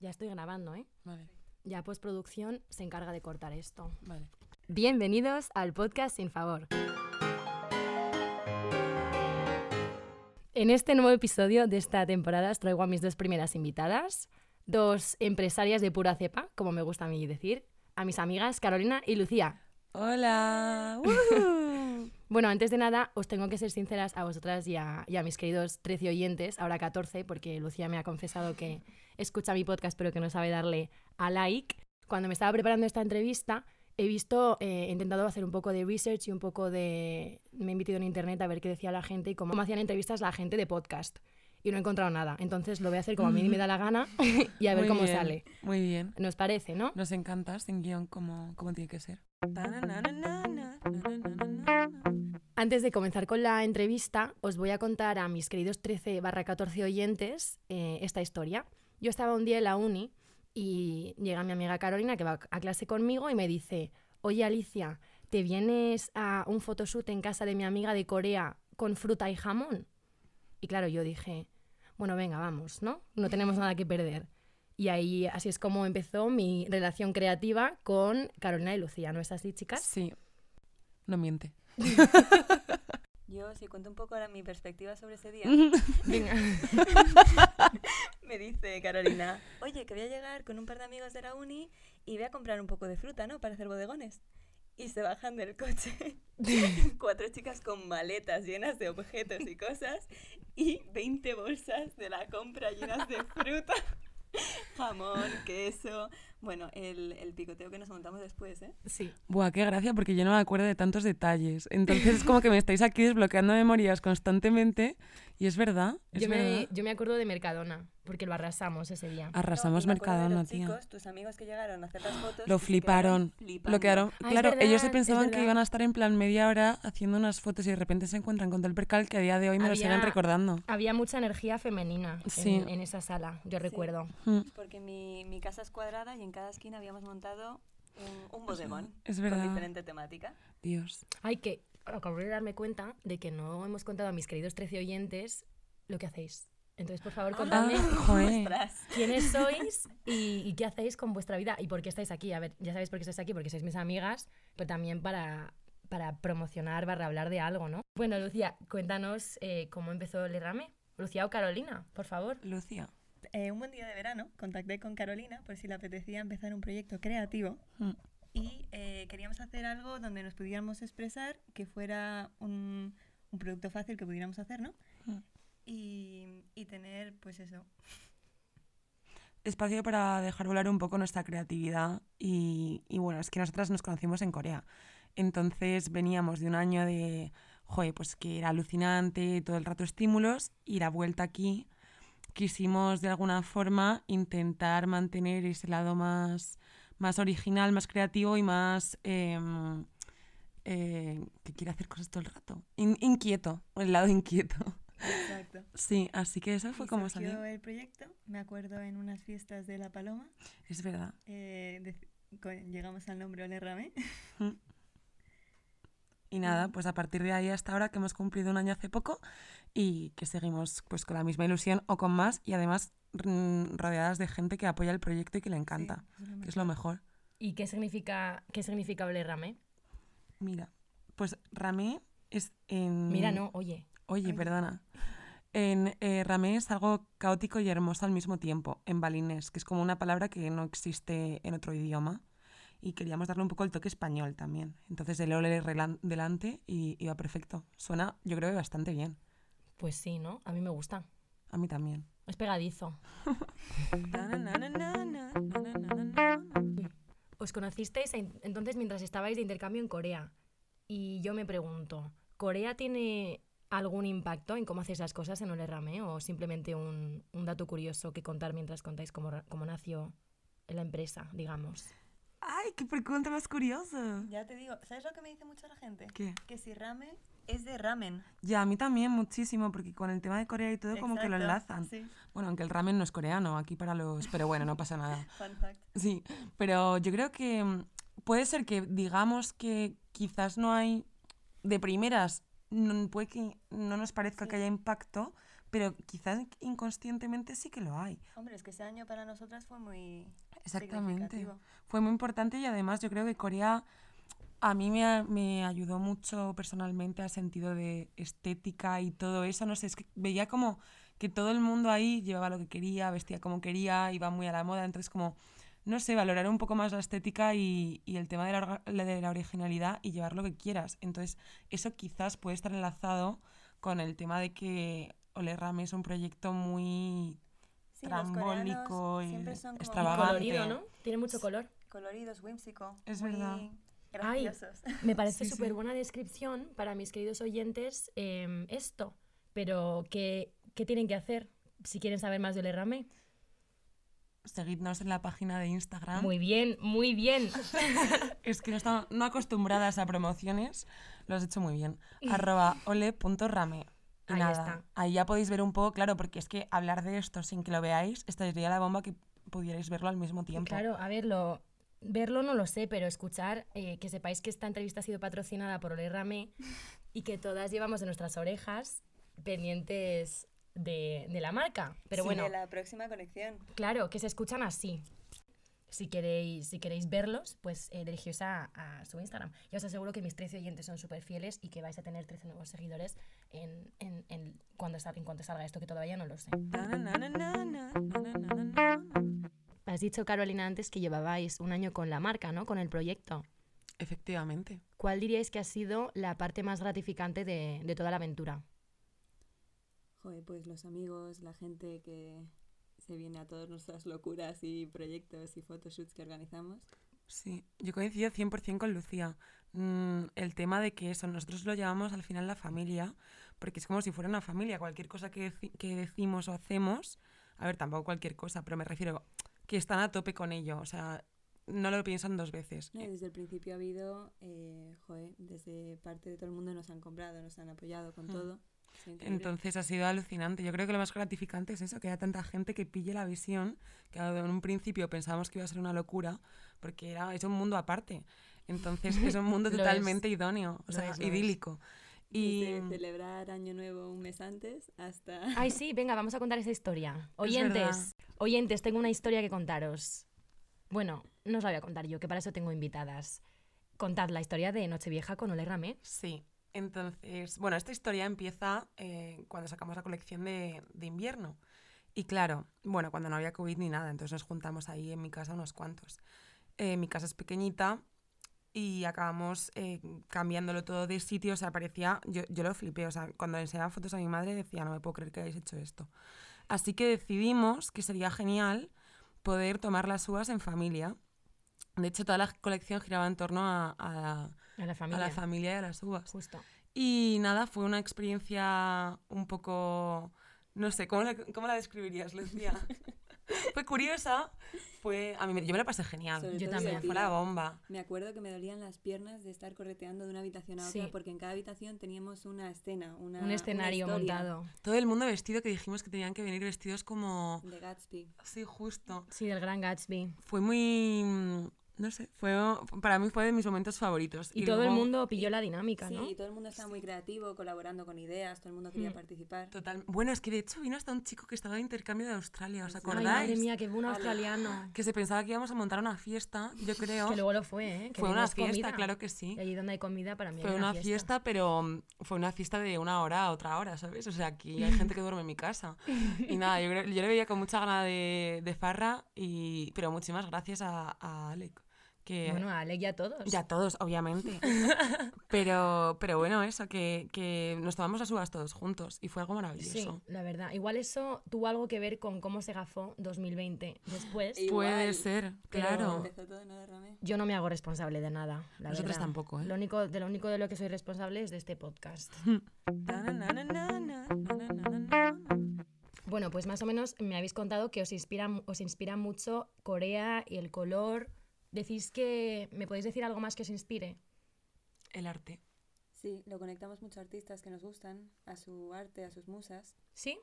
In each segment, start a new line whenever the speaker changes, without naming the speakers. Ya estoy grabando, ¿eh?
Vale,
Ya postproducción se encarga de cortar esto.
vale.
Bienvenidos al podcast Sin Favor. En este nuevo episodio de esta temporada os traigo a mis dos primeras invitadas, dos empresarias de pura cepa, como me gusta a mí decir, a mis amigas Carolina y Lucía.
Hola. ¡Woohoo!
Bueno, antes de nada, os tengo que ser sinceras a vosotras y a, y a mis queridos 13 oyentes, ahora 14, porque Lucía me ha confesado que escucha mi podcast pero que no sabe darle a like. Cuando me estaba preparando esta entrevista, he visto, eh, he intentado hacer un poco de research y un poco de... Me he metido en internet a ver qué decía la gente y cómo cómo hacían entrevistas la gente de podcast. Y no he encontrado nada. Entonces lo voy a hacer como a mí me da la gana y a ver
Muy
cómo
bien,
sale.
Muy bien.
Nos parece, ¿no?
Nos encanta sin guión como, como tiene que ser.
Antes de comenzar con la entrevista, os voy a contar a mis queridos 13 barra 14 oyentes eh, esta historia. Yo estaba un día en la uni y llega mi amiga Carolina que va a clase conmigo y me dice, oye Alicia, ¿te vienes a un photoshoot en casa de mi amiga de Corea con fruta y jamón? Y claro, yo dije, bueno, venga, vamos, ¿no? No tenemos nada que perder. Y ahí así es como empezó mi relación creativa con Carolina y Lucía, ¿no es así, chicas?
Sí. No miente.
Yo, si cuento un poco ahora mi perspectiva sobre ese día,
Venga.
me dice Carolina, oye, que voy a llegar con un par de amigos de la uni y voy a comprar un poco de fruta, ¿no? Para hacer bodegones. Y se bajan del coche cuatro chicas con maletas llenas de objetos y cosas y 20 bolsas de la compra llenas de fruta, jamón, queso. Bueno, el, el picoteo que nos montamos después, ¿eh?
Sí.
Buah, qué gracia, porque yo no me acuerdo de tantos detalles. Entonces es como que me estáis aquí desbloqueando memorias constantemente. Y es verdad, es
Yo me,
verdad. Ah.
yo me acuerdo de Mercadona, porque lo arrasamos ese día.
Arrasamos
No, y me acuerdo de
Mercadona,
los
tía.
chicos, tus amigos que llegaron a hacer las fotos.
Lo
y se quedaron
fliparon. Lo quedaron.
Ah, es
claro, ellos
verdad,
se
es
pensaban que
verdad.
iban a estar en plan media hora haciendo unas fotos y de repente se encuentran con todo el percal que a día de hoy me lo
Había-
siguen recordando.
Había mucha energía femenina en-
Sí.
en, esa sala, yo recuerdo.
Mm,
Porque mi, mi casa es cuadrada y en cada esquina habíamos montado un, un bodegón
es verdad.
con diferente temática.
Dios.
Ay, que acabo de darme cuenta de que no hemos contado a mis queridos 13 oyentes lo que hacéis. Entonces, por favor, contadme
Ah, joe.
Ostras,
quiénes sois y, y qué hacéis con vuestra vida y por qué estáis aquí. A ver, ya sabéis por qué estáis aquí, porque sois mis amigas, pero también para, para promocionar, barra hablar de algo, ¿no? Bueno, Lucía, cuéntanos eh, cómo empezó el derrame. Lucía o Carolina, por favor.
Lucía.
eh, un buen día de verano contacté con Carolina por si le apetecía empezar un proyecto creativo
Mm.
y eh, queríamos hacer algo donde nos pudiéramos expresar, que fuera un, un producto fácil que pudiéramos hacer, ¿no?
Mm.
Y, y tener, pues eso,
espacio para dejar volar un poco nuestra creatividad y, y bueno, es que nosotras nos conocimos en Corea. Entonces veníamos de un año de, joder, pues que era alucinante, todo el rato estímulos y la vuelta aquí quisimos de alguna forma intentar mantener ese lado más, más original, más creativo y más... em, eh, que quiere hacer cosas todo el rato. In- inquieto, el lado inquieto.
exacto.
Sí, así que eso fue
Y
como
surgió
salió.
el proyecto, me acuerdo en unas fiestas de La Paloma,
Es verdad.
eh, dec- con- llegamos al nombre Ole Ramé.
Y nada, pues a partir de ahí hasta ahora que hemos cumplido un año hace poco y que seguimos pues con la misma ilusión o con más y además mm, rodeadas de gente que apoya el proyecto y que le encanta,
Sí, es lo
que es lo mejor.
¿Y qué significa, qué significa Ole Ramé?
Mira, pues Ramé es en...
Mira, no, oye.
Oye,
Oye.
perdona. En eh, Ramé es algo caótico y hermoso al mismo tiempo, en balinés, que es como una palabra que no existe en otro idioma. Y queríamos darle un poco el toque español también. Entonces el ole relan- delante y iba perfecto. Suena, yo creo que bastante bien.
Pues sí, ¿no? A mí me gusta.
A mí también.
Es pegadizo. Os conocisteis en- entonces mientras estabais de intercambio en Corea. Y yo me pregunto, ¿Corea tiene algún impacto en cómo hacéis las cosas en Ole Ramé? ¿O simplemente un, un dato curioso que contar mientras contáis cómo, ra- cómo nació la empresa, digamos?
¡Ay, qué pregunta más curiosa!
Ya te digo, ¿sabes lo que me dice mucho la gente?
¿Qué?
Que si ramen es de ramen.
Ya, a mí también muchísimo, porque con el tema de Corea y todo como que lo
Exacto,
enlazan.
Sí,
Bueno, aunque el ramen no es coreano, aquí para los... Pero bueno, no pasa nada.
fun fact.
Sí, pero yo creo que mm, puede ser que digamos que quizás no hay de primeras, no- puede que no nos parezca que haya impacto, pero quizás inconscientemente sí que lo hay.
Hombre, es que ese año para nosotras fue muy
Exactamente.
significativo.
Fue muy importante y además yo creo que Corea a mí me, a- me ayudó mucho personalmente al sentido de estética y todo eso. No sé, es que veía como que todo el mundo ahí llevaba lo que quería, vestía como quería, iba muy a la moda. Entonces, como, no sé, valorar un poco más la estética y, y el tema de la, orga- la de la originalidad y llevar lo que quieras. Entonces, eso quizás puede estar enlazado con el tema de que Ole Rame es un proyecto muy
Sí, los
Trambólico
coreanos
y
siempre son como
Y
extravagante.
colorido, ¿no? Tiene mucho color.
coloridos, whimsical.
Es
muy
verdad.
Ay.
Graciosos.
Me parece
Sí, sí.
súper buena descripción para mis queridos oyentes em, esto. Pero, ¿qué, ¿qué tienen que hacer si quieren saber más de Ole Ramé?
seguidnos en la página de
Ah.
Instagram.
Muy bien, muy bien.
Es que no estamos no acostumbradas a promociones, lo has hecho muy bien. Arroba ole.rame. Y
Ahí
nada,
está.
ahí ya podéis ver un poco, claro, porque es que hablar de esto sin que lo veáis, estaría la bomba que pudierais verlo al mismo tiempo.
Claro, a verlo. Verlo no lo sé, pero escuchar, eh, que sepáis que esta entrevista ha sido patrocinada por Ole Ramé y que todas llevamos en nuestras orejas pendientes de, de la marca. Pero
Sí,
bueno,
de la próxima conexión.
claro, que se escuchan así. Si queréis, si queréis verlos, pues eh, dirigíos a, a su Instagram. Ya os aseguro que mis 13 oyentes son súper fieles y que vais a tener 13 nuevos seguidores en, en- en cuando sal- en cuanto salga esto, que todavía no lo sé. Has dicho, Carolina, antes que llevabais un año con la marca, ¿no? Con el proyecto.
Efectivamente.
¿Cuál diríais que ha sido la parte más gratificante de, de toda la aventura?
Joder, pues los amigos, la gente que se viene a todas nuestras locuras y proyectos y photoshoots que organizamos.
Sí, yo coincido 100% con Lucía. Mm, el tema de que eso, nosotros lo llamamos al final la familia, porque es como si fuera una familia. Cualquier cosa que, deci- que decimos o hacemos, a ver, tampoco cualquier cosa, pero me refiero que están a tope con ello, o sea, no lo piensan dos veces. Eh,
No, y desde el principio ha habido, eh, joder, desde parte de todo el mundo nos han comprado, nos han apoyado con
Mm.
todo. Ha sido increíble.
Entonces ha sido alucinante. Yo creo que lo más gratificante es eso, que haya tanta gente que pille la visión, que en un principio pensábamos que iba a ser una locura, porque era, es un mundo aparte. Entonces es un mundo
Lo es.
totalmente idóneo, o
Lo
sea,
es, lo es.
idílico. Y
Desde celebrar Año Nuevo un mes antes hasta...
Ay, sí, venga, vamos a contar esa historia.
verdad.
Oyentes, oyentes, tengo una historia que contaros. Bueno, no os la voy a contar yo, que para eso tengo invitadas. Contad la historia de Nochevieja con Ole Ramé.
Sí, entonces, bueno, esta historia empieza eh, cuando sacamos la colección de, de invierno. Y claro, bueno, cuando no había COVID ni nada, entonces nos juntamos ahí en mi casa unos cuantos. Eh, mi casa es pequeñita y acabamos eh, cambiándolo todo de sitio, o sea, parecía, yo, yo lo flipé, o sea, cuando le enseñaba fotos a mi madre decía, no me puedo creer que hayáis hecho esto. Así que decidimos que sería genial poder tomar las uvas en familia. De hecho, toda la colección giraba en torno a- a-
A la
a
familia. Ah,
la familia y a las uvas.
Justo.
Y nada, fue una experiencia un poco... No sé, ¿cómo la, cómo la describirías, Lucía? fue curiosa, fue... A mí, me- yo me la pasé genial.
Sobre
Yo
todo
también.
Me fue
divertido.
la bomba.
Me acuerdo que me dolían las piernas de estar correteando de una habitación a otra
Sí.
porque en cada habitación teníamos una escena, una,
Un
una
escenario
historia
montado.
Todo el mundo vestido que dijimos que tenían que venir vestidos como...
de Gatsby.
Sí, justo.
Sí, del gran Gatsby.
Fue muy... mm, No sé, fue... Para mí fue de mis momentos favoritos.
Y, todo el
luego-
mundo pilló la dinámica,
Sí,
¿no?
y todo el mundo estaba muy creativo, colaborando con ideas, todo el mundo quería
Mm.
participar.
Total... Bueno, es que de hecho vino hasta un chico que estaba de intercambio de Australia, ¿os
Ay, madre
acordáis?
mía, que fue un australiano.
que se pensaba que íbamos a montar una fiesta, yo creo.
Que luego lo fue, ¿eh? Que
Fue una
dimos
fiesta,
comida.
claro que sí.
Y allí donde hay comida, para mí
Fue
hay
una fiesta, pero mm, fue una fiesta de una hora a otra hora, ¿sabes? O sea, aquí hay gente que duerme en mi casa. Y nada, yo, creo- yo le veía con mucha gana de, de farra, y, pero muchísimas gracias a, a Alec. Que,
Bueno, a Alec y a todos.
y a todos, obviamente. pero, pero bueno, eso, que, que nos tomamos las uvas todos juntos y fue algo
Sí,
maravilloso.
la verdad. Igual eso tuvo algo que ver con cómo se gafó 2020. Después,
Y-
Puede
Igual,
ser,
pero
claro.
Empezó todo en derrame.
yo no me hago responsable de nada. La
Nosotras
verdad.
tampoco, ¿eh?
Lo único, de lo único de lo que soy responsable es de este podcast. Bueno, pues más o menos me habéis contado que os inspira, os inspira mucho Corea y el color. Decís que. ¿Me podéis decir algo más que os inspire?
El arte.
Sí, lo conectamos mucho a artistas que nos gustan, a su arte, a sus musas.
¿Sí?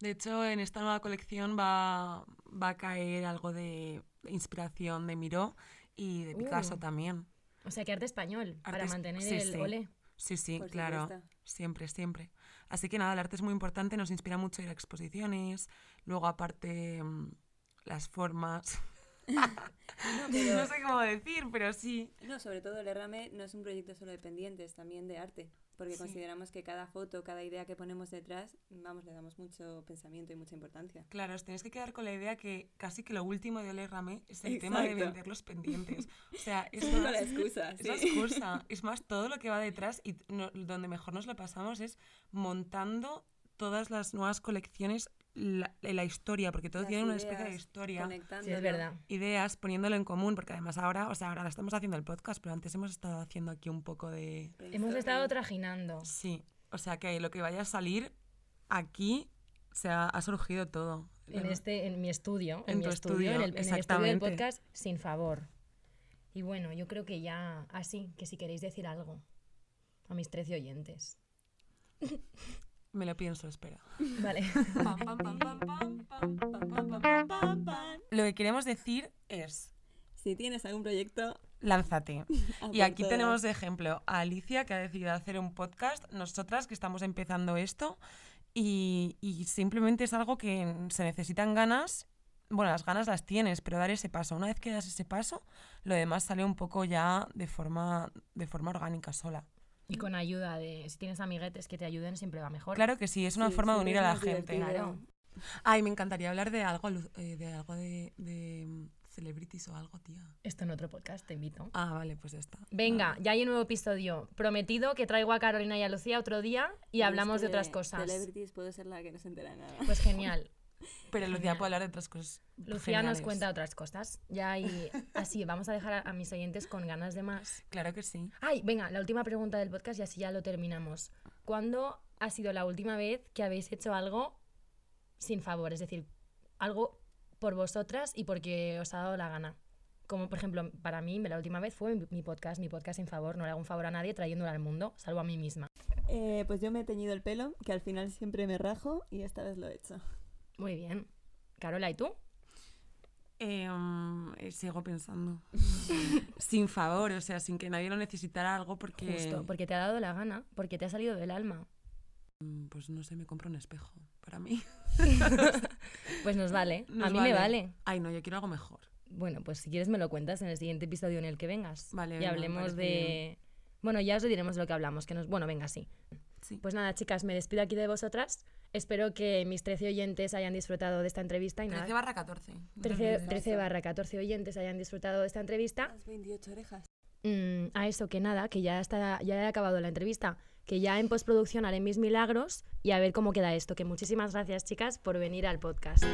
De hecho, en esta nueva colección va, va a caer algo de inspiración de Miró y de Picasso
Uh.
también.
O sea, que arte español, para
Artes-
mantener
sí,
el
sí.
ole.
Sí, sí,
Por
claro.
supuesto.
Siempre, siempre. Así que nada, el arte es muy importante, nos inspira mucho ir a exposiciones, luego aparte mm, las formas,
No,
no
pero-
sé cómo decir, pero sí.
No, sobre todo el RAME no es un proyecto solo de pendientes, también de arte, porque
Sí.
consideramos que cada foto, cada idea que ponemos detrás, vamos, le damos mucho pensamiento y mucha importancia.
Claro, os tenéis que quedar con la idea que casi que lo último de Ole Ramé es el tema de
Exacto.
vender los pendientes. O sea, es
Es solo
más-
la excusa,
Es la
sí.
excusa. Es más, todo lo que va detrás y no- donde mejor nos lo pasamos es montando todas las nuevas colecciones, la, la historia, porque todo
Las
tiene una especie de
ideas,
historia.
Sí, es
conectándolo.
verdad.
Ideas, poniéndolo en común, porque además ahora, o sea, ahora estamos haciendo el podcast, pero antes hemos estado haciendo aquí un poco de...
Hemos estado
Brainstorming.
trajinando.
Sí, o sea, que lo que vaya a salir aquí se ha, ha surgido todo. Em,
en este en mi estudio en,
En
mi
tu
estudio, en, el, en
estudio,
el estudio del
exactamente.
podcast sin favor y bueno yo creo que ya así que si queréis decir algo a mis 13 oyentes
Me lo pienso, espera.
vale
Lo que queremos decir es,
Si tienes algún proyecto,
lánzate.
a
Y
por
aquí
todas.
tenemos de ejemplo a Alicia que ha decidido hacer un podcast, nosotras que estamos empezando esto y, y simplemente es algo que se necesitan ganas. Bueno, las ganas las tienes, pero dar ese paso. Una vez que das ese paso, lo demás sale un poco ya de forma, de forma orgánica sola.
y con ayuda de si tienes amiguetes que te ayuden siempre va mejor
Claro que sí, es una
Sí,
forma de
siempre
unir a
es
la
más
gente.
divertido.
Claro.
Ay, me encantaría hablar de algo, alu- eh, de algo de, de, mm, celebrities o algo, tía.
esto en otro podcast te invito
Ah, vale, pues ya está.
venga ya hay un nuevo episodio prometido que traigo a Carolina y a Lucía otro día y
Yo es
hablamos de
que
otras cosas
Celebrities puedo ser la que no se entera de nada.
pues genial
Pero Lucía
Genial.
puede hablar de otras cosas.
Lucía nos
geniales.
cuenta otras cosas ya y así vamos a dejar a- a mis oyentes con ganas de más
Claro que sí.
Ay, venga, la última pregunta del podcast y así ya lo terminamos. ¿Cuándo ha sido la última vez que habéis hecho algo sin favor? Es decir, algo por vosotras y porque os ha dado la gana. Como por ejemplo, para mí la última vez fue mi, mi podcast, mi podcast sin favor, no le hago un favor a nadie trayéndolo al mundo, salvo a mí misma.
Eh, pues yo me he teñido el pelo, que al final siempre me rajo y esta vez lo he hecho.
Muy bien. Carola, ¿y tú?
Eh, mm, eh, sigo pensando. sin favor, o sea, sin que nadie lo necesitara algo porque...
Justo, porque te ha dado la gana, porque te ha salido del alma.
Mm, Pues no sé, me compro un espejo para mí.
Pues nos vale, a
Nos
mí me vale.
Ay, no, yo quiero algo mejor.
Bueno, pues si quieres me lo cuentas en el siguiente episodio en el que vengas.
Vale,
Y
venga, me
hablemos
parece
de... Bueno, ya os diremos lo que hablamos, que nos... Bueno, venga, sí.
Sí.
Pues nada, chicas, me despido aquí de vosotras. Espero que mis 13 oyentes hayan disfrutado de esta entrevista. Y
13
nada,
barra 14. no te
13,
olvides.
13 barra 14 oyentes hayan disfrutado de esta entrevista.
Las 28 orejas.
Mm, a eso que nada, que ya, está, ya he acabado la entrevista, que ya en postproducción haré mis milagros y a ver cómo queda esto. Que muchísimas gracias, chicas, por venir al podcast.